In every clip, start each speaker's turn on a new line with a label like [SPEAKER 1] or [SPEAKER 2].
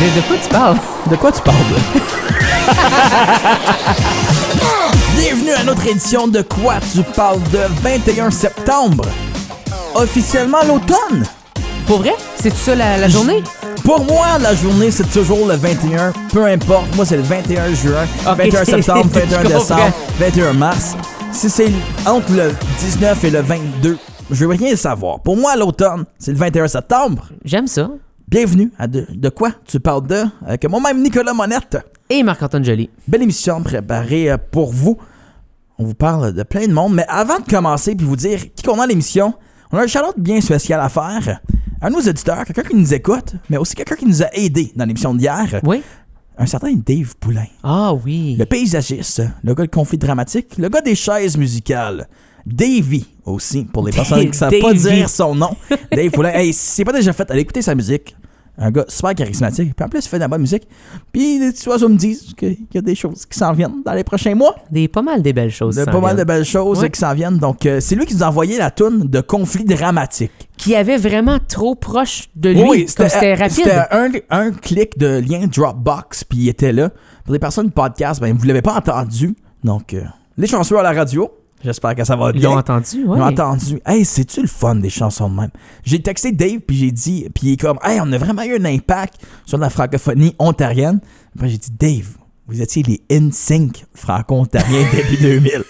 [SPEAKER 1] De, de quoi tu parles?
[SPEAKER 2] De quoi tu parles? Bienvenue à notre édition de Quoi tu parles de 21 septembre. Officiellement l'automne.
[SPEAKER 1] Pour vrai? C'est tout ça la, la journée?
[SPEAKER 2] Pour moi, la journée, c'est toujours le 21, peu importe. Moi, c'est le 21 juin,
[SPEAKER 1] Ok.
[SPEAKER 2] 21 septembre,
[SPEAKER 1] Je
[SPEAKER 2] 21
[SPEAKER 1] comprends.
[SPEAKER 2] décembre, 21 mars. Si c'est entre le 19 et le 22, je veux rien savoir. Pour moi, l'automne, c'est le 21 septembre.
[SPEAKER 1] J'aime ça.
[SPEAKER 2] Bienvenue à De, de quoi tu parles de avec moi-même Nicolas Monette.
[SPEAKER 1] Et Marc-Antoine Joly.
[SPEAKER 2] Belle émission préparée euh, pour vous. On vous parle de plein de monde, mais avant de commencer puis vous dire qui qu'on a à l'émission, on a un shout bien spécial à faire. À nos auditeurs, quelqu'un qui nous écoute, mais aussi quelqu'un qui nous a aidés dans l'émission d'hier,
[SPEAKER 1] Oui?
[SPEAKER 2] un certain Dave Poulain,
[SPEAKER 1] Ah oui.
[SPEAKER 2] le paysagiste, le gars de conflit dramatique, le gars des chaises musicales. Davey aussi, pour les personnes qui ne savent pas
[SPEAKER 1] Davey.
[SPEAKER 2] dire son nom. Dave Poulain, hey, si c'est pas déjà fait, allez écouter sa musique. Un gars super charismatique. Puis en plus, il fait de la bonne musique. Puis les petits oiseaux me disent que- qu'il y a des choses qui s'en viennent dans les prochains mois.
[SPEAKER 1] Des, pas mal des belles choses.
[SPEAKER 2] Il y a
[SPEAKER 1] s'en
[SPEAKER 2] pas mal de
[SPEAKER 1] viennent.
[SPEAKER 2] belles choses
[SPEAKER 1] Ouais.
[SPEAKER 2] euh, qui s'en viennent. Donc, euh, c'est lui qui nous a envoyé la toune de conflit dramatique.
[SPEAKER 1] Qui avait vraiment trop proche de lui. comme c'était
[SPEAKER 2] euh,
[SPEAKER 1] rapide.
[SPEAKER 2] un, un clic de lien Dropbox, puis il était là. Pour les personnes du podcast, ben, vous l'avez pas entendu. Donc, euh, les chanceux à la radio, j'espère que ça va
[SPEAKER 1] Ils
[SPEAKER 2] bien.
[SPEAKER 1] l'ont entendu,
[SPEAKER 2] Ils
[SPEAKER 1] ouais.
[SPEAKER 2] l'ont entendu. Hey, c'est-tu le fun des chansons de même? J'ai texté Dave, puis j'ai dit, puis il est comme, hey, on a vraiment eu un impact sur la francophonie ontarienne. Après, j'ai dit, Dave, vous étiez les NSYNC franco-ontariens début 2000.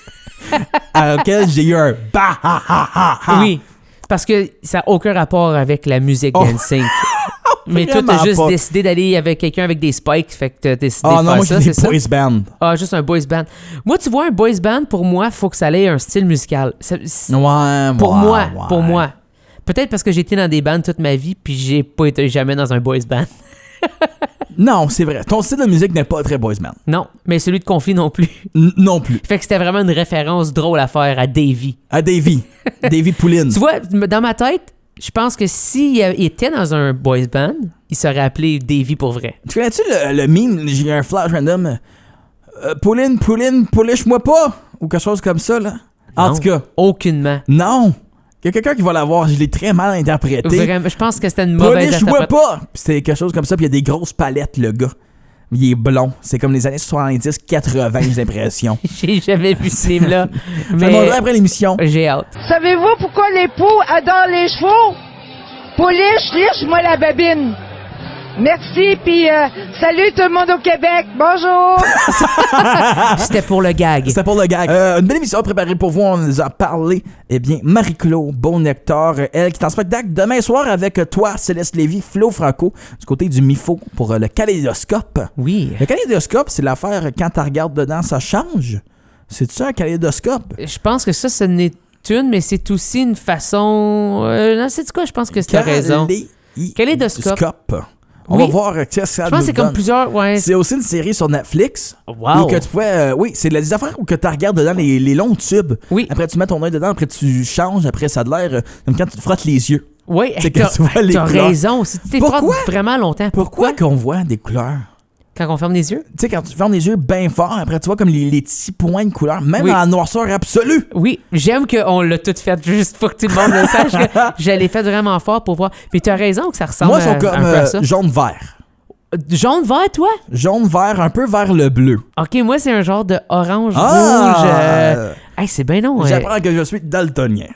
[SPEAKER 2] À lequel j'ai eu un bah ha ha ha ha.
[SPEAKER 1] Oui. Parce que ça n'a aucun rapport avec la musique
[SPEAKER 2] Oh.
[SPEAKER 1] d'N-Sync. Mais toi,
[SPEAKER 2] Vraiment
[SPEAKER 1] t'as juste
[SPEAKER 2] pas.
[SPEAKER 1] décidé d'aller avec quelqu'un avec des spikes, fait que t'as décidé
[SPEAKER 2] Oh
[SPEAKER 1] de
[SPEAKER 2] non,
[SPEAKER 1] faire
[SPEAKER 2] moi,
[SPEAKER 1] ça,
[SPEAKER 2] j'ai
[SPEAKER 1] c'est
[SPEAKER 2] des
[SPEAKER 1] ça?
[SPEAKER 2] boys band.
[SPEAKER 1] Ah, juste un boys band. Moi, tu vois, un boys band, pour moi, faut que ça ait un style musical. Ça- c'est-
[SPEAKER 2] Ouais,
[SPEAKER 1] pour
[SPEAKER 2] ouais,
[SPEAKER 1] moi,
[SPEAKER 2] ouais.
[SPEAKER 1] pour moi. Peut-être parce que j'ai été dans des bands toute ma vie, puis j'ai pas été jamais dans un boys band.
[SPEAKER 2] Non, c'est vrai. Ton style de musique n'est pas très boys band.
[SPEAKER 1] Non, mais celui de conflit non plus.
[SPEAKER 2] N- non plus.
[SPEAKER 1] Fait que c'était vraiment une référence drôle à faire à Davy.
[SPEAKER 2] À Davy. Davy Pouline.
[SPEAKER 1] Tu vois, m- dans ma tête, je pense que s'il euh, était dans un boys band, il serait appelé Davy pour vrai.
[SPEAKER 2] Tu connais-tu le, le meme? J'ai eu un flash random. Euh, Pauline, Pauline, polish-moi pas! Ou quelque chose comme ça, là. En
[SPEAKER 1] Non.
[SPEAKER 2] tout cas,
[SPEAKER 1] Aucunement.
[SPEAKER 2] non! Il y a quelqu'un qui va l'avoir, je l'ai très mal interprété.
[SPEAKER 1] Vraiment, je pense que c'était une mauvaise
[SPEAKER 2] Polish-moi
[SPEAKER 1] interprétation.
[SPEAKER 2] pas! Puis C'est quelque chose comme ça, puis il y a des grosses palettes, le gars. Il est blond. C'est comme les années 70, 80, j'ai l'impression.
[SPEAKER 1] J'ai jamais vu ce film-là.
[SPEAKER 2] Je vais le montrer
[SPEAKER 1] mais
[SPEAKER 2] après l'émission.
[SPEAKER 1] j'ai hâte.
[SPEAKER 3] Savez-vous pourquoi les poux adorent les chevaux? Pour liche, liche-moi la babine. Merci, puis euh, salut tout le monde au Québec. Bonjour.
[SPEAKER 1] C'était pour le gag.
[SPEAKER 2] C'était pour le gag. Euh, une belle émission préparée pour vous. On nous a parlé, eh bien, Marie-Claude Bonnector, euh, elle qui est en spectacle demain soir avec euh, toi, Céleste Lévy, Flo Franco, du côté du MIFO pour euh, le kaléidoscope.
[SPEAKER 1] Oui.
[SPEAKER 2] Le kaléidoscope, c'est l'affaire euh, quand tu regardes dedans, ça change. C'est ça un kaléidoscope?
[SPEAKER 1] Je pense que ça, ce n'est une, mais c'est aussi une façon. Euh, non, c'est quoi? Je pense que tu as raison. Kaléidoscope.
[SPEAKER 2] Kaléidoscope. On
[SPEAKER 1] Oui.
[SPEAKER 2] va voir euh, qu'est-ce que ça
[SPEAKER 1] Je pense que c'est
[SPEAKER 2] nous
[SPEAKER 1] comme
[SPEAKER 2] donne.
[SPEAKER 1] plusieurs. Ouais.
[SPEAKER 2] C'est aussi une série sur Netflix.
[SPEAKER 1] Wow.
[SPEAKER 2] Où que tu pouvais, euh, oui, c'est les affaires où que tu regardes dedans les, les longs tubes.
[SPEAKER 1] Oui.
[SPEAKER 2] Après, tu mets ton œil dedans, après, tu changes, après, ça a de l'air euh, comme quand tu te frottes les yeux.
[SPEAKER 1] Oui,
[SPEAKER 2] C'est que
[SPEAKER 1] t'as
[SPEAKER 2] tu vois les
[SPEAKER 1] t'as
[SPEAKER 2] couleurs.
[SPEAKER 1] raison. Si tu t'es
[SPEAKER 2] Pourquoi?
[SPEAKER 1] frotte vraiment longtemps,
[SPEAKER 2] Pourquoi qu'on voit des couleurs?
[SPEAKER 1] quand on ferme les yeux?
[SPEAKER 2] Tu sais, quand tu fermes les yeux bien fort, après, tu vois comme les, les petits points de couleur, même
[SPEAKER 1] Oui.
[SPEAKER 2] en noirceur absolue.
[SPEAKER 1] Oui, j'aime qu'on l'a tout fait juste pour que tout le monde le sache. que je l'ai fait vraiment fort pour voir. Mais tu as raison que ça ressemble
[SPEAKER 2] Moi, ils
[SPEAKER 1] à,
[SPEAKER 2] sont
[SPEAKER 1] un
[SPEAKER 2] comme
[SPEAKER 1] peu à
[SPEAKER 2] euh,
[SPEAKER 1] ça.
[SPEAKER 2] jaune-vert.
[SPEAKER 1] Jaune vert, toi?
[SPEAKER 2] Jaune-vert, un peu vers le bleu.
[SPEAKER 1] Ok, moi, c'est un genre de orange,
[SPEAKER 2] Ah!
[SPEAKER 1] rouge. euh, hey, c'est bien non. euh,
[SPEAKER 2] J'apprends que je suis daltonien.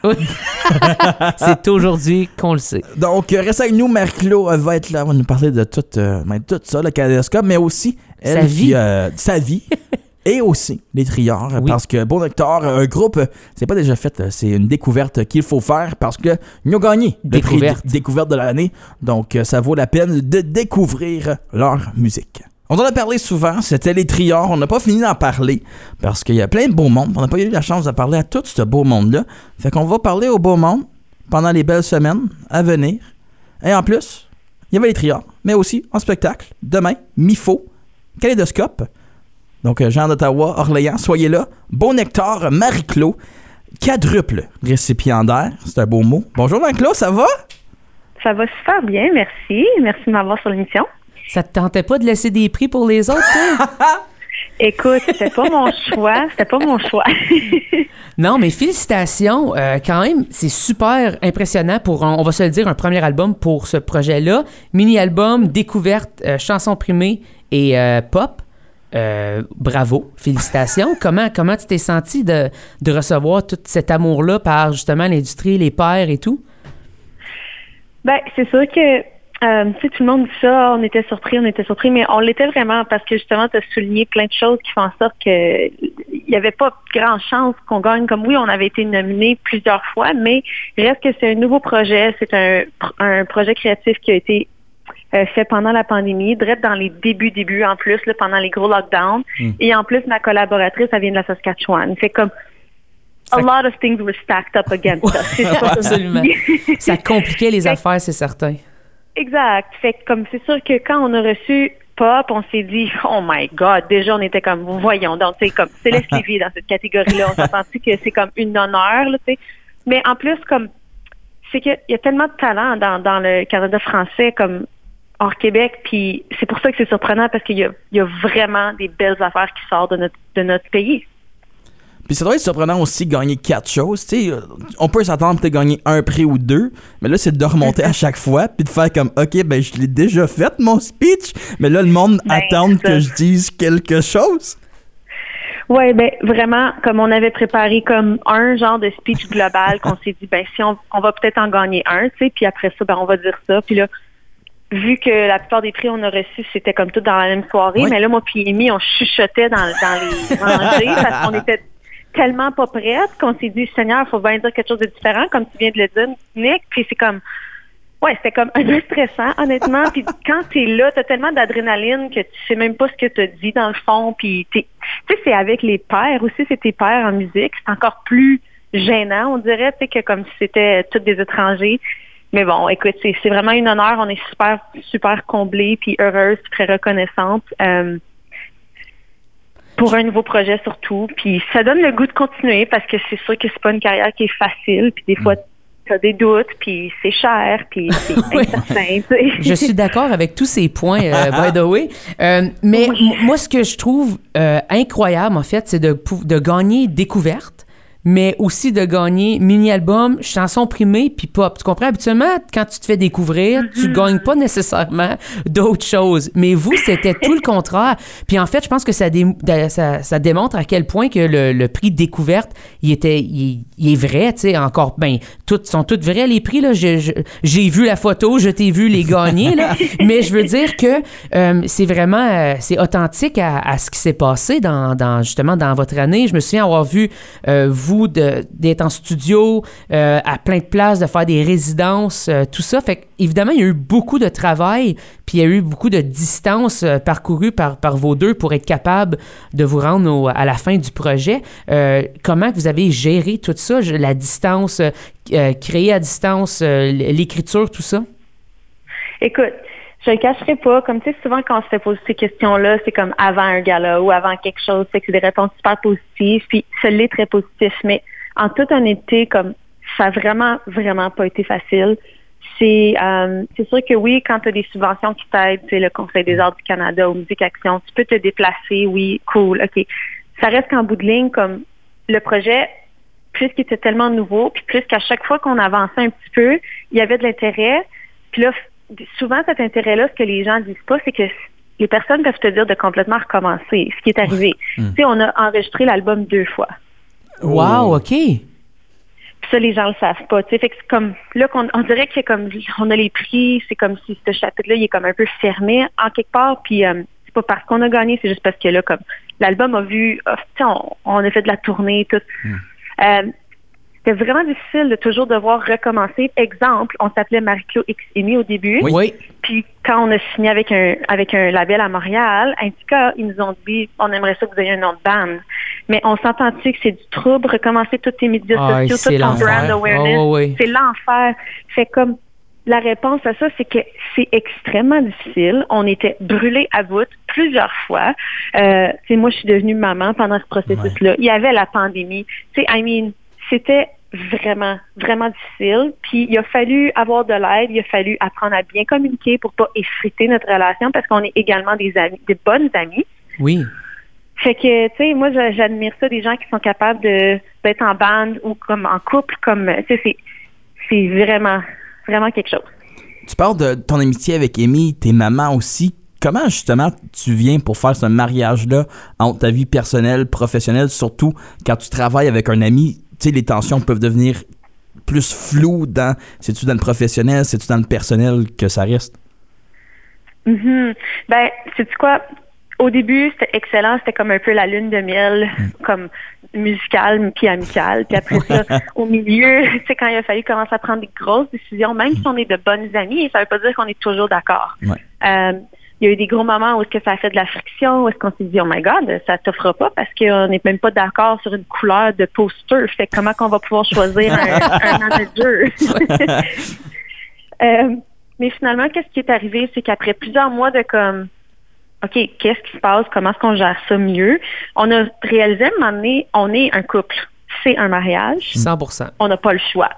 [SPEAKER 1] c'est aujourd'hui qu'on le sait.
[SPEAKER 2] Donc, euh, reste avec nous, Marie-Claude, elle va être là, on va nous parler de tout, euh, ben, tout ça, le kaléidoscope, mais aussi
[SPEAKER 1] Sa
[SPEAKER 2] elle
[SPEAKER 1] vie.
[SPEAKER 2] qui, euh, sa vie. Et aussi les triards,
[SPEAKER 1] Oui.
[SPEAKER 2] parce que Bon Docteur, un groupe, euh, c'est pas déjà fait, euh, c'est une découverte qu'il faut faire parce que ils ont gagné le prix
[SPEAKER 1] Découverte.
[SPEAKER 2] d- découverte de l'année. Donc euh, ça vaut la peine de découvrir leur musique. On en a parlé souvent, c'était les triards, on n'a pas fini d'en parler parce qu'il y a plein de beaux mondes. On n'a pas eu la chance de parler à tout ce beau monde-là. Fait qu'on va parler au beau monde pendant les belles semaines à venir. Et en plus, il y avait les triards, mais aussi en spectacle, demain, MIFO, Kaléidoscope. Donc, euh, Jean d'Ottawa, Orléans, soyez là. Bon Nectar, Marie-Claude, quadruple récipiendaire. C'est un beau mot. Bonjour, Marie-Claude, ça va?
[SPEAKER 4] Ça va super bien, merci. Merci de m'avoir sur l'émission.
[SPEAKER 1] Ça te tentait pas de laisser des prix pour les autres, toi?
[SPEAKER 4] Écoute, c'était pas mon choix. C'était pas mon choix.
[SPEAKER 1] Non, mais félicitations. euh, quand même, c'est super impressionnant pour, un- on va se le dire, un premier album pour ce projet-là. Mini-album, découverte, euh, chansons primées et euh, pop. Euh, bravo, félicitations. comment, comment tu t'es senti de, de recevoir tout cet amour-là par justement l'industrie, les pairs et tout?
[SPEAKER 4] Ben, c'est sûr que euh, tu sais, tout le monde dit ça, on était surpris, on était surpris, mais on l'était vraiment parce que justement, tu as souligné plein de choses qui font en sorte que il n'y avait pas grand chance qu'on gagne. Comme oui, on avait été nominé plusieurs fois, mais reste que c'est un nouveau projet, c'est un, un projet créatif qui a été euh, fait pendant la pandémie, direct dans les débuts, débuts en plus, là, pendant les gros lockdowns. Et en plus, ma collaboratrice, elle vient de la Saskatchewan. Fait comme a
[SPEAKER 1] Ça-
[SPEAKER 4] lot of things were stacked up against us. C'est ça.
[SPEAKER 1] Absolument. Ça compliquait les affaires, c'est certain.
[SPEAKER 4] Exact. Fait que comme c'est sûr que quand on a reçu Pop, on s'est dit oh my god, déjà on était comme voyons donc tu sais comme Céleste Lévy dans cette catégorie là, on s'est senti que c'est comme une honneur là, tu sais. Mais en plus comme c'est qu'il y a tellement de talent dans, dans le Canada français comme hors Québec, puis c'est pour ça que c'est surprenant parce qu'il y a, il y a vraiment des belles affaires qui sortent de notre de notre pays.
[SPEAKER 2] Puis ça doit être surprenant aussi de gagner quatre choses. Tu sais, euh, on peut s'attendre peut-être gagner un prix ou deux, mais là, c'est de remonter à chaque fois, puis de faire comme, OK, ben je l'ai déjà fait, mon speech, mais là, le monde
[SPEAKER 4] Ben,
[SPEAKER 2] attend
[SPEAKER 4] c'est ça.
[SPEAKER 2] que je dise quelque chose.
[SPEAKER 4] Oui, ben vraiment, comme on avait préparé comme un genre de speech global qu'on s'est dit, ben si on, on va peut-être en gagner un, tu sais, puis après ça, ben on va dire ça. Puis là, vu que la plupart des prix qu'on a reçus, c'était comme tout dans la même soirée,
[SPEAKER 2] Oui.
[SPEAKER 4] mais là, moi puis Amy, on chuchotait dans, dans les rangées parce qu'on était tellement pas prêtes qu'on s'est dit, Seigneur, faut bien dire quelque chose de différent, comme tu viens de le dire, Nick. Puis c'est comme, ouais, c'était comme un peu stressant, honnêtement. Puis quand t'es là, t'as tellement d'adrénaline que tu sais même pas ce que t'as dit dans le fond. Puis t'es- tu sais, c'est avec les pairs aussi, c'est tes pairs en musique. C'est encore plus gênant, on dirait, tu sais, que comme si c'était tous des étrangers. Mais bon, écoute, c'est c'est vraiment une honneur. On est super, super comblés, puis heureuses, puis très reconnaissantes. euh, pour un nouveau projet surtout. Puis ça donne le goût de continuer parce que c'est sûr que c'est pas une carrière qui est facile. Puis des fois,
[SPEAKER 1] Mm.
[SPEAKER 4] t'as des doutes, puis c'est cher, puis c'est incertain. tu sais.
[SPEAKER 1] Je suis d'accord avec tous ces points, euh, by the way. Euh, mais m- moi, ce que je trouve euh, incroyable, en fait, c'est de, pou- de gagner découverte, mais aussi de gagner mini-album, chanson primée, puis pop. Tu comprends? Habituellement, quand tu te fais découvrir, tu gagnes pas nécessairement d'autres choses. Mais vous, c'était tout le contraire. Puis en fait, je pense que ça, dé- da- ça, ça démontre à quel point que le, le prix découverte, il était, il, il est vrai, tu sais, encore, ben, toutes sont toutes vraies les prix, là. Je- je- J'ai vu la photo, je t'ai vu les gagner, là. Mais je veux dire que euh, c'est vraiment, euh, c'est authentique à, à ce qui s'est passé dans, dans, justement, dans votre année. Je me souviens avoir vu, euh, vous, de- d'être en studio, euh, à plein de places, de faire des résidences, euh, tout ça. Fait que, évidemment, il y a eu beaucoup de travail, puis il y a eu beaucoup de distance euh, parcourue par, par vos deux pour être capable de vous rendre au- à la fin du projet. Euh, comment que vous avez géré tout ça, je- la distance, euh, euh, créer à distance, euh, l- l'écriture, tout ça?
[SPEAKER 4] Écoute, je le cacherai pas. Comme tu sais, souvent quand on se fait poser ces questions-là, c'est comme avant un gala ou avant quelque chose. C'est que c'est des réponses super positives. Puis ça l'est très positif. Mais en toute honnêteté, comme ça a vraiment, vraiment pas été facile. C'est euh, c'est sûr que oui, quand tu as des subventions qui t'aident, c'est le Conseil des arts du Canada ou Musique Action, tu peux te déplacer, oui, cool, OK. Ça reste qu'en bout de ligne, comme le projet, puisqu'il était tellement nouveau, puis plus qu'à chaque fois qu'on avançait un petit peu, il y avait de l'intérêt. Puis là, f- souvent cet intérêt-là, ce que les gens disent pas, c'est que c- les personnes peuvent te dire de complètement recommencer, ce qui est arrivé. Tu sais, on a enregistré l'album deux fois.
[SPEAKER 1] Wow, OK.
[SPEAKER 4] Puis ça, les gens le savent pas. tu sais. Fait que c'est comme là qu'on on dirait que comme on a les prix, c'est comme si ce chapitre-là, il est comme un peu fermé en quelque part. Puis euh, c'est pas parce qu'on a gagné, c'est juste parce que là, comme l'album a vu, ah, tu sais, on, on a fait de la tournée, tout. Euh, c'était vraiment difficile de toujours devoir recommencer. Exemple, on s'appelait Marie-Claude Ximi au début.
[SPEAKER 1] Oui.
[SPEAKER 4] Puis quand on a signé avec un avec un label à Montréal, Indica, ils nous ont dit on aimerait ça que vous ayez un nom de band. Mais on s'entend-tu que c'est du trouble, recommencer toutes tes médias
[SPEAKER 1] Ah,
[SPEAKER 4] sociaux,
[SPEAKER 1] c'est
[SPEAKER 4] tout ton
[SPEAKER 1] l'enfer.
[SPEAKER 4] brand awareness.
[SPEAKER 1] Ah, ouais, ouais.
[SPEAKER 4] C'est l'enfer. Fait comme la réponse à ça, c'est que c'est extrêmement difficile. On était brûlés à bout plusieurs fois. Euh, tu sais, moi, je suis devenue maman pendant ce processus-là. Il y avait la pandémie. Tu sais, I mean, c'était vraiment, vraiment difficile. Puis il a fallu avoir de l'aide, il a fallu apprendre à bien communiquer pour pas effriter notre relation parce qu'on est également des amis, des bonnes amies.
[SPEAKER 1] Oui.
[SPEAKER 4] Fait que, tu sais, moi, j'a- j'admire ça des gens qui sont capables de- d'être en bande ou comme en couple, comme, tu sais, c'est- c'est vraiment, vraiment quelque chose.
[SPEAKER 2] Tu parles de ton amitié avec Amy, tes mamans aussi. Comment justement tu viens pour faire ce mariage-là entre ta vie personnelle, professionnelle, surtout quand tu travailles avec un ami, tu sais, les tensions peuvent devenir plus floues dans c'est-tu dans le professionnel, c'est-tu dans le personnel que ça reste?
[SPEAKER 4] Mhm. Ben, c'est quoi? Au début, c'était excellent, c'était comme un peu la lune de miel, comme musicale puis amicale. Puis après ça, au milieu, tu sais, quand il a fallu commencer à prendre des grosses décisions, même si on est de bonnes amies, ça veut pas dire qu'on est toujours d'accord.
[SPEAKER 2] Ouais.
[SPEAKER 4] Euh, il y a eu des gros moments où est-ce que ça a fait de la friction, où est-ce qu'on s'est dit, oh my god, ça t'offre pas parce qu'on n'est même pas d'accord sur une couleur de poster. Fait que comment qu'on va pouvoir choisir un, un manager? Euh, mais finalement, qu'est-ce qui est arrivé? C'est qu'après plusieurs mois de comme, OK, qu'est-ce qui se passe? Comment est-ce qu'on gère ça mieux? On a réalisé à un moment donné, on est un couple. C'est un mariage.
[SPEAKER 1] 100
[SPEAKER 4] On n'a pas le choix.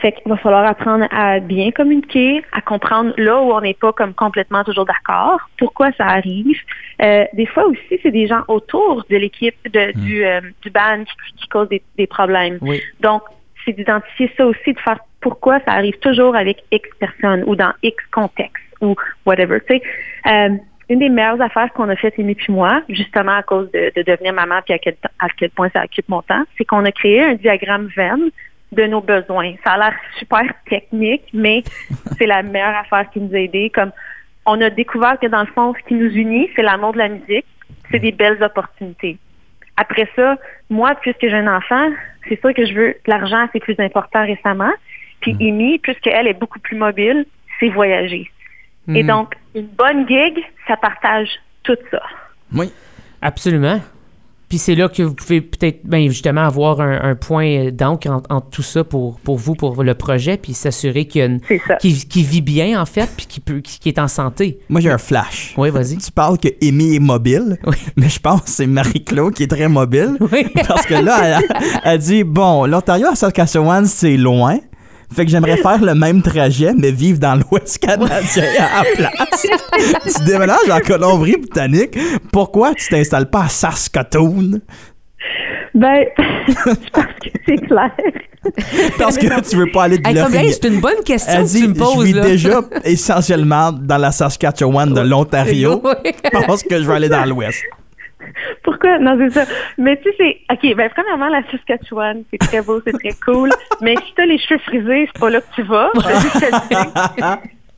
[SPEAKER 4] Fait qu'il va falloir apprendre à bien communiquer, à comprendre là où on n'est pas comme complètement toujours d'accord, pourquoi ça arrive. Euh, des fois aussi, c'est des gens autour de l'équipe, de- du, euh, du band qui, qui causent des- des problèmes.
[SPEAKER 1] Oui.
[SPEAKER 4] Donc, c'est d'identifier ça aussi, de faire pourquoi ça arrive toujours avec X personnes ou dans X contexte ou whatever. Tu sais, Euh, une des meilleures affaires qu'on a faites, Amy puis moi, justement à cause de, de devenir maman puis à quel, temps- à quel point ça occupe mon temps, c'est qu'on a créé un diagramme Venn de nos besoins. Ça a l'air super technique, mais c'est la meilleure affaire qui nous a aidés. Comme on a découvert que dans le fond, ce qui nous unit, c'est l'amour de la musique, c'est des belles opportunités. Après ça, moi, puisque j'ai un enfant, c'est sûr que je veux l'argent, c'est plus important récemment. Puis Amy, puisqu'elle est beaucoup plus mobile, c'est voyager. Et donc, une bonne gig, ça partage tout ça.
[SPEAKER 2] Oui.
[SPEAKER 1] Absolument. Puis c'est là que vous pouvez peut-être, ben, justement, avoir un, un point d'encre en- entre tout ça pour, pour vous, pour le projet, puis s'assurer qu'il y a une-
[SPEAKER 4] C'est ça.
[SPEAKER 1] qu'il- qu'il vit bien, en fait, puis qu'il peut- qu'il est en santé.
[SPEAKER 2] Moi, j'ai un flash.
[SPEAKER 1] Oui, vas-y.
[SPEAKER 2] Tu parles que Amy est mobile,
[SPEAKER 1] Oui.
[SPEAKER 2] mais je pense que c'est Marie-Claude qui est très mobile.
[SPEAKER 1] Oui.
[SPEAKER 2] Parce que là, elle, elle dit Bon, l'Ontario à Saskatchewan, c'est loin. Fait que j'aimerais faire le même trajet, mais vivre dans l'Ouest canadien à la place. tu déménages en Colombie-Britannique. Pourquoi tu t'installes pas à Saskatoon?
[SPEAKER 4] Ben, je pense que c'est clair.
[SPEAKER 2] Parce que tu veux pas aller de
[SPEAKER 1] Hey, comme,
[SPEAKER 2] l'Oregon.
[SPEAKER 1] hey, c'est une bonne question
[SPEAKER 2] Elle
[SPEAKER 1] que tu
[SPEAKER 2] dit
[SPEAKER 1] me poses.
[SPEAKER 2] Je vis
[SPEAKER 1] là.
[SPEAKER 2] déjà essentiellement dans la Saskatchewan de l'Ontario.
[SPEAKER 1] Oui.
[SPEAKER 2] Je pense que je vais aller dans l'Ouest.
[SPEAKER 4] Pourquoi? Non, c'est ça. Mais tu sais, c'est... OK, ben premièrement, la Saskatchewan, c'est très beau, c'est très cool. mais si t'as les cheveux frisés, c'est pas là que tu vas. Je vais juste te le dire.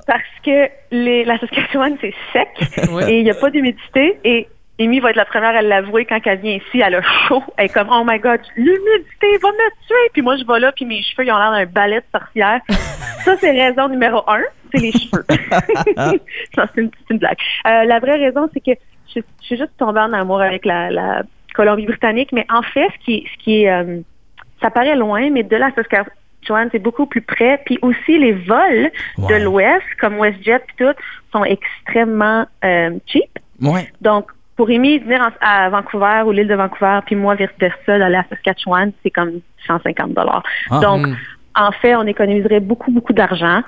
[SPEAKER 4] Parce que les, la Saskatchewan, c'est sec
[SPEAKER 1] Ouais.
[SPEAKER 4] et il n'y a pas d'humidité. Et Amy va être la première à l'avouer quand elle vient ici, elle a chaud. Elle est comme, oh my God, l'humidité va me tuer. Puis moi, je vais là, puis mes cheveux, ils ont l'air d'un balai de sorcière. Ça, c'est raison numéro un, c'est les cheveux. Non, c'est une, c'est une blague. Euh, la vraie raison, c'est que je, je suis juste tombée en amour avec la, la Colombie-Britannique, mais en fait, ce qui, ce qui est, euh, ça paraît loin, mais de la Saskatchewan, c'est beaucoup plus près. Puis aussi, les vols de
[SPEAKER 2] Ouais.
[SPEAKER 4] l'Ouest, comme WestJet et tout, sont extrêmement euh, cheap.
[SPEAKER 2] Ouais.
[SPEAKER 4] Donc, pour Amy, venir en- à Vancouver ou l'île de Vancouver, puis moi, vice-versa, d'aller à Saskatchewan, c'est comme 150 dollars.
[SPEAKER 2] Ah,
[SPEAKER 4] Donc,
[SPEAKER 1] Hmm.
[SPEAKER 4] en fait, on économiserait beaucoup, beaucoup d'argent.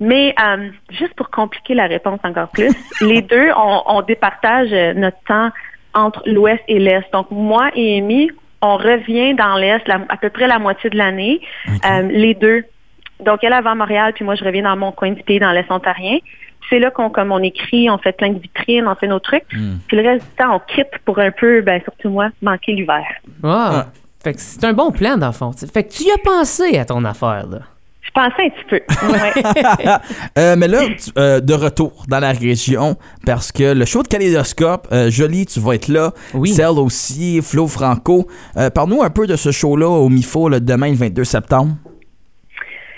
[SPEAKER 4] Mais euh, juste pour compliquer la réponse encore plus, les deux, on, on départage euh, notre temps entre l'Ouest et l'Est. Donc, moi et Amy, on revient dans l'Est la- à peu près la moitié de l'année, euh, les deux. Donc, elle avant Montréal, puis moi, je reviens dans mon coin du pays, dans l'Est ontarien. C'est là qu'on comme on écrit, on fait plein de vitrines, on fait nos trucs. Puis le reste du temps, on quitte pour un peu, ben, surtout moi, manquer l'hiver.
[SPEAKER 1] Ah. Fait que c'est un bon plan, dans le fond. t'sais. Fait que tu y as pensé à ton affaire, là.
[SPEAKER 4] Je pensais un petit peu. Ouais.
[SPEAKER 2] Euh, mais là, tu- euh, de retour dans la région, parce que le show de Kaléidoscope, euh, Jolie, tu vas être là.
[SPEAKER 1] Oui.
[SPEAKER 2] Celle aussi, Flo Franco. Euh, Parle-nous un peu de ce show-là au MIFO le demain, le 22 septembre.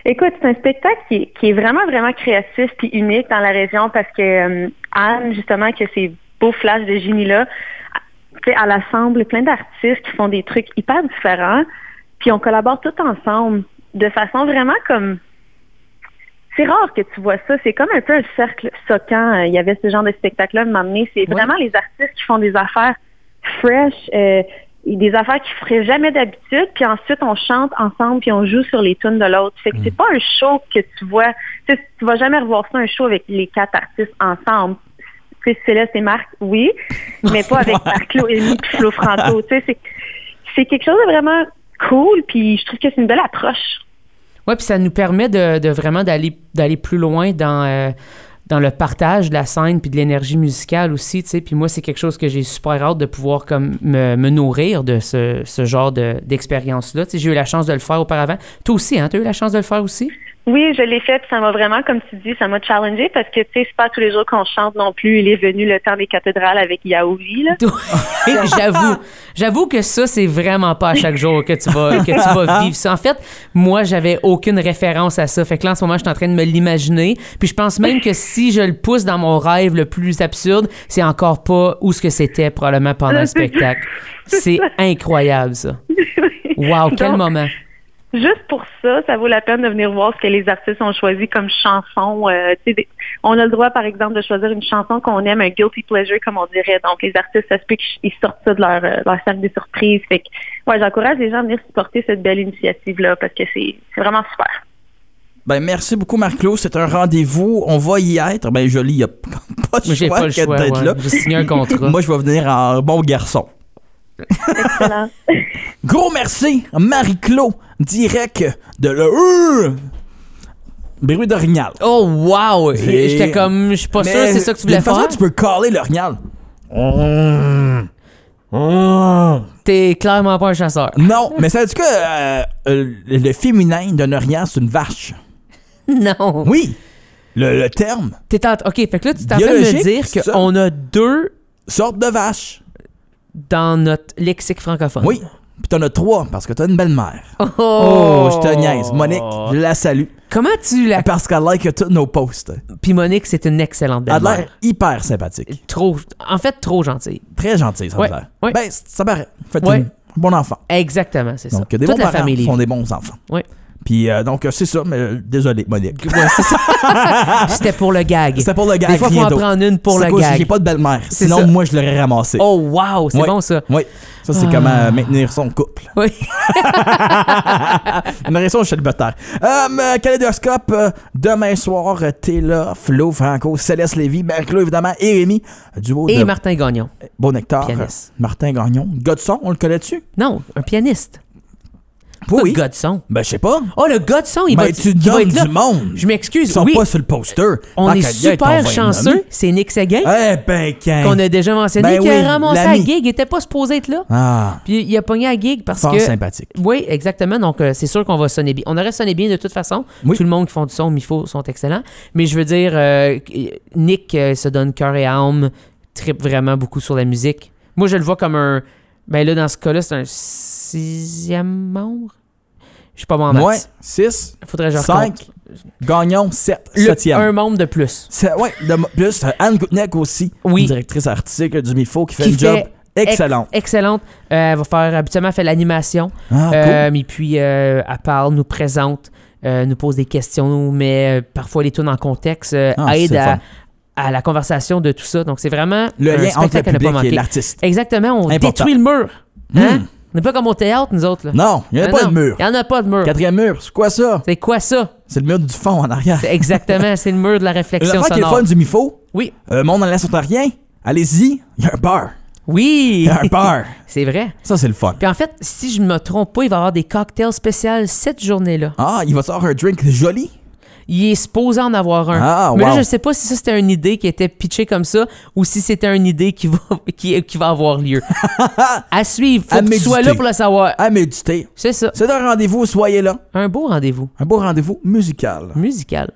[SPEAKER 4] Écoute, c'est un spectacle qui, est- qui est vraiment, vraiment créatif puis unique dans la région parce que euh, Anne, justement, que ces beaux flashs de génie-là, tu sais, elle assemble plein d'artistes qui font des trucs hyper différents, puis on collabore tous ensemble de façon vraiment comme... C'est rare que tu vois ça. C'est comme un peu un cercle soquant. Euh, Il y avait ce genre de spectacle-là, de m'emmener. C'est
[SPEAKER 1] Ouais.
[SPEAKER 4] vraiment les artistes qui font des affaires fresh, euh, et des affaires qu'ils feraient jamais d'habitude, puis ensuite on chante ensemble, puis on joue sur les tunes de l'autre. Fait que c'est pas un show que tu vois, tu sais, tu vas jamais revoir ça, un show avec les quatre artistes ensemble. Tu sais, Céleste et Marc, oui, mais pas avec Marc-Claude Émy puis Flo Franco. Tu sais, c'est, c'est quelque chose de vraiment cool, puis je trouve que c'est une belle approche.
[SPEAKER 1] Oui, puis ça nous permet de, de vraiment d'aller, d'aller plus loin dans, euh, dans le partage de la scène puis de l'énergie musicale aussi, tu sais. Puis moi, c'est quelque chose que j'ai super hâte de pouvoir comme me, me nourrir de ce, ce genre de, d'expérience-là. Tu sais, j'ai eu la chance de le faire auparavant. Toi aussi, hein, tu as eu la chance de le faire aussi?
[SPEAKER 4] Oui, je l'ai fait, puis ça m'a vraiment, comme tu dis, ça m'a challengé parce que, tu sais, c'est pas tous les jours qu'on chante non plus. Il est venu le temps des cathédrales avec Yaoui, là.
[SPEAKER 1] j'avoue, j'avoue que ça, c'est vraiment pas à chaque jour que tu vas, que tu vas vivre ça. En fait, moi, j'avais aucune référence à ça. Fait que là, en ce moment, je suis en train de me l'imaginer. Puis je pense même que si je le pousse dans mon rêve le plus absurde, c'est encore pas où ce que c'était probablement pendant le spectacle. C'est incroyable, ça. Wow, quel
[SPEAKER 4] Donc,
[SPEAKER 1] moment.
[SPEAKER 4] Juste pour ça, ça vaut la peine de venir voir ce que les artistes ont choisi comme chanson. Euh, tu sais, des- on a le droit, par exemple, de choisir une chanson qu'on aime, un guilty pleasure, comme on dirait. Donc, les artistes, ça se peut qu'ils sortent ça de leur, euh, leur salle des surprises. Fait que, ouais, j'encourage les gens à venir supporter cette belle initiative-là parce que c'est c'est vraiment super.
[SPEAKER 2] Ben, merci beaucoup, Marc-Claude. C'est un rendez-vous. On va y être. Ben, joli, il n'y a pas de
[SPEAKER 1] J'ai
[SPEAKER 2] choix,
[SPEAKER 1] pas le
[SPEAKER 2] que
[SPEAKER 1] choix.
[SPEAKER 2] d'être
[SPEAKER 1] ouais.
[SPEAKER 2] là.
[SPEAKER 1] J'ai signé un contrat.
[SPEAKER 2] Moi, je vais venir en bon garçon.
[SPEAKER 4] Excellent.
[SPEAKER 2] Gros merci, Marie-Claude, direct de le bruit d'orignal.
[SPEAKER 1] Oh, wow!
[SPEAKER 2] C'est-
[SPEAKER 1] J'étais comme, je suis pas sûr
[SPEAKER 2] Mais
[SPEAKER 1] c'est ça que tu voulais
[SPEAKER 2] d'une façon,
[SPEAKER 1] faire.
[SPEAKER 2] tu peux caler l'orignal.
[SPEAKER 1] T'es clairement pas un chasseur.
[SPEAKER 2] Non, mais ça veut dire que euh, euh, le féminin d'un orignal, c'est une vache.
[SPEAKER 1] Non.
[SPEAKER 2] Oui, le, le terme,
[SPEAKER 1] T'es en- OK, fait que là, tu t'es en train de me
[SPEAKER 2] Biologique, c'est
[SPEAKER 1] dire
[SPEAKER 2] ça.
[SPEAKER 1] qu'on a deux
[SPEAKER 2] sorte de vache.
[SPEAKER 1] dans notre lexique francophone.
[SPEAKER 2] Oui, puis t'en as trois parce que t'as une belle-mère.
[SPEAKER 1] Oh,
[SPEAKER 2] Oh, je te niaise. Monique, je la salue.
[SPEAKER 1] Comment tu la...
[SPEAKER 2] Parce qu'elle like tous nos posts.
[SPEAKER 1] Puis Monique, c'est une excellente
[SPEAKER 2] Elle a
[SPEAKER 1] belle-mère.
[SPEAKER 2] l'air hyper sympathique.
[SPEAKER 1] Trop... En fait, trop gentille.
[SPEAKER 2] Très gentille, ça me
[SPEAKER 1] Ouais,
[SPEAKER 2] l'air.
[SPEAKER 1] ouais.
[SPEAKER 2] Ben, c- ça paraît. Faites
[SPEAKER 1] Ouais.
[SPEAKER 2] un bon enfant.
[SPEAKER 1] Exactement, c'est ça.
[SPEAKER 2] Donc, des
[SPEAKER 1] Toute
[SPEAKER 2] bons
[SPEAKER 1] la
[SPEAKER 2] parents
[SPEAKER 1] famille.
[SPEAKER 2] sont des bons enfants.
[SPEAKER 1] Oui.
[SPEAKER 2] Puis, euh, donc, euh, c'est ça, mais euh, désolé, Monique.
[SPEAKER 1] Ouais, c'est ça. C'était pour le gag.
[SPEAKER 2] C'était pour le gag.
[SPEAKER 1] Des fois, faut
[SPEAKER 2] rien
[SPEAKER 1] en
[SPEAKER 2] d'autre.
[SPEAKER 1] prendre une pour
[SPEAKER 2] C'est
[SPEAKER 1] le
[SPEAKER 2] quoi,
[SPEAKER 1] gag.
[SPEAKER 2] J'ai pas de belle-mère.
[SPEAKER 1] C'est
[SPEAKER 2] Sinon,
[SPEAKER 1] ça.
[SPEAKER 2] moi, je l'aurais ramassé.
[SPEAKER 1] Oh, wow! C'est
[SPEAKER 2] Oui.
[SPEAKER 1] bon, ça. Ah.
[SPEAKER 2] Oui. Ça, c'est comment euh, maintenir son couple.
[SPEAKER 1] Oui.
[SPEAKER 2] Une raison, je suis célibataire. Euh, Kaléidoscope, euh, demain soir, euh, t'es là. Flo, Franco, Céleste Lévy, Marie-Claude, évidemment, et Rémi. euh, Duo
[SPEAKER 1] Et
[SPEAKER 2] de
[SPEAKER 1] Martin Gagnon.
[SPEAKER 2] Bon Nectar.
[SPEAKER 1] Pianiste.
[SPEAKER 2] euh, Martin Gagnon. Godson, on le connaît-tu?
[SPEAKER 1] Non, un pianiste.
[SPEAKER 2] Oui.
[SPEAKER 1] Le gars de son.
[SPEAKER 2] Ben, je sais pas.
[SPEAKER 1] Oh, le gars de son, il va
[SPEAKER 2] Ben, tu
[SPEAKER 1] il va
[SPEAKER 2] donnes
[SPEAKER 1] être là.
[SPEAKER 2] du monde.
[SPEAKER 1] Je m'excuse.
[SPEAKER 2] Ils sont
[SPEAKER 1] oui,
[SPEAKER 2] pas sur le poster.
[SPEAKER 1] on
[SPEAKER 2] Tant
[SPEAKER 1] est
[SPEAKER 2] qu'à y être, on va
[SPEAKER 1] super
[SPEAKER 2] les
[SPEAKER 1] chanceux.
[SPEAKER 2] nommer.
[SPEAKER 1] C'est Nick Seguin.
[SPEAKER 2] Eh ben, qu'un-
[SPEAKER 1] qu'on a déjà mentionné,
[SPEAKER 2] Ben
[SPEAKER 1] qui
[SPEAKER 2] oui,
[SPEAKER 1] a ramassé à
[SPEAKER 2] l'ami.
[SPEAKER 1] gig, il était pas supposé être là.
[SPEAKER 2] Ah,
[SPEAKER 1] Puis il a pogné à gig parce
[SPEAKER 2] fort
[SPEAKER 1] que.
[SPEAKER 2] sympathique.
[SPEAKER 1] Oui, exactement. Donc, euh, c'est sûr qu'on va sonner bien. On aurait sonné bien de toute façon.
[SPEAKER 2] Oui.
[SPEAKER 1] Tout le monde qui font du son, Mifo, sont excellents. Mais je veux dire, euh, Nick euh, se donne cœur et âme, tripe vraiment beaucoup sur la musique. Moi, je le vois comme un. Ben là, dans ce cas-là, c'est un sixième membre. Je suis pas bon en maths.
[SPEAKER 2] Ouais, 6,
[SPEAKER 1] Faudrait que je
[SPEAKER 2] 5,
[SPEAKER 1] recompte.
[SPEAKER 2] Gagnon, 7,
[SPEAKER 1] Le-
[SPEAKER 2] 7e.
[SPEAKER 1] Un membre de plus.
[SPEAKER 2] C'est- ouais, de mo- plus euh, Anne Goutnec aussi,
[SPEAKER 1] Oui.
[SPEAKER 2] directrice artistique du MIFO, qui fait
[SPEAKER 1] Qui
[SPEAKER 2] un
[SPEAKER 1] fait
[SPEAKER 2] job excellent.
[SPEAKER 1] Ex- excellente. Euh, elle va faire habituellement elle fait l'animation.
[SPEAKER 2] Ah, cool.
[SPEAKER 1] Euh, et puis euh, elle parle, nous présente, euh, nous pose des questions, mais parfois les tourne en contexte, euh,
[SPEAKER 2] Ah,
[SPEAKER 1] aide
[SPEAKER 2] c'est
[SPEAKER 1] à,
[SPEAKER 2] fun.
[SPEAKER 1] à la conversation de tout ça. Donc c'est vraiment
[SPEAKER 2] le
[SPEAKER 1] un
[SPEAKER 2] lien entre le
[SPEAKER 1] spectacle à ne pas
[SPEAKER 2] public et
[SPEAKER 1] manquer.
[SPEAKER 2] l'artiste.
[SPEAKER 1] Exactement, on
[SPEAKER 2] Important.
[SPEAKER 1] détruit le mur. Hein?
[SPEAKER 2] Hmm.
[SPEAKER 1] On n'est pas comme au théâtre, nous autres. Là.
[SPEAKER 2] Non, il n'y a
[SPEAKER 1] Ben
[SPEAKER 2] pas
[SPEAKER 1] non,
[SPEAKER 2] de mur.
[SPEAKER 1] Il n'y en a pas de mur.
[SPEAKER 2] Quatrième mur, c'est quoi ça?
[SPEAKER 1] C'est quoi ça?
[SPEAKER 2] C'est le mur du fond en arrière.
[SPEAKER 1] C'est Exactement, c'est le mur de la
[SPEAKER 2] Les
[SPEAKER 1] réflexion
[SPEAKER 2] affaires qui est le
[SPEAKER 1] sonore.
[SPEAKER 2] fun du MIFO,
[SPEAKER 1] Oui,
[SPEAKER 2] euh, monde en laisse rien. Allez-y, il y a un bar. Il
[SPEAKER 1] oui,
[SPEAKER 2] y a un bar.
[SPEAKER 1] c'est vrai.
[SPEAKER 2] Ça, c'est le fun.
[SPEAKER 1] Puis en fait, si je me trompe pas, il va y avoir des cocktails spéciaux cette journée-là.
[SPEAKER 2] Ah, il va sortir un drink joli.
[SPEAKER 1] Il est supposé en avoir un.
[SPEAKER 2] Ah,
[SPEAKER 1] Mais
[SPEAKER 2] wow.
[SPEAKER 1] là, je sais pas si ça c'était une idée qui était pitchée comme ça ou si c'était une idée qui va, qui, qui va avoir lieu. à suivre. Faut
[SPEAKER 2] À
[SPEAKER 1] que tu
[SPEAKER 2] méditer.
[SPEAKER 1] sois là pour le savoir.
[SPEAKER 2] À méditer.
[SPEAKER 1] C'est ça.
[SPEAKER 2] C'est un rendez-vous, soyez là.
[SPEAKER 1] Un beau rendez-vous
[SPEAKER 2] Un beau rendez-vous musical.
[SPEAKER 1] musical.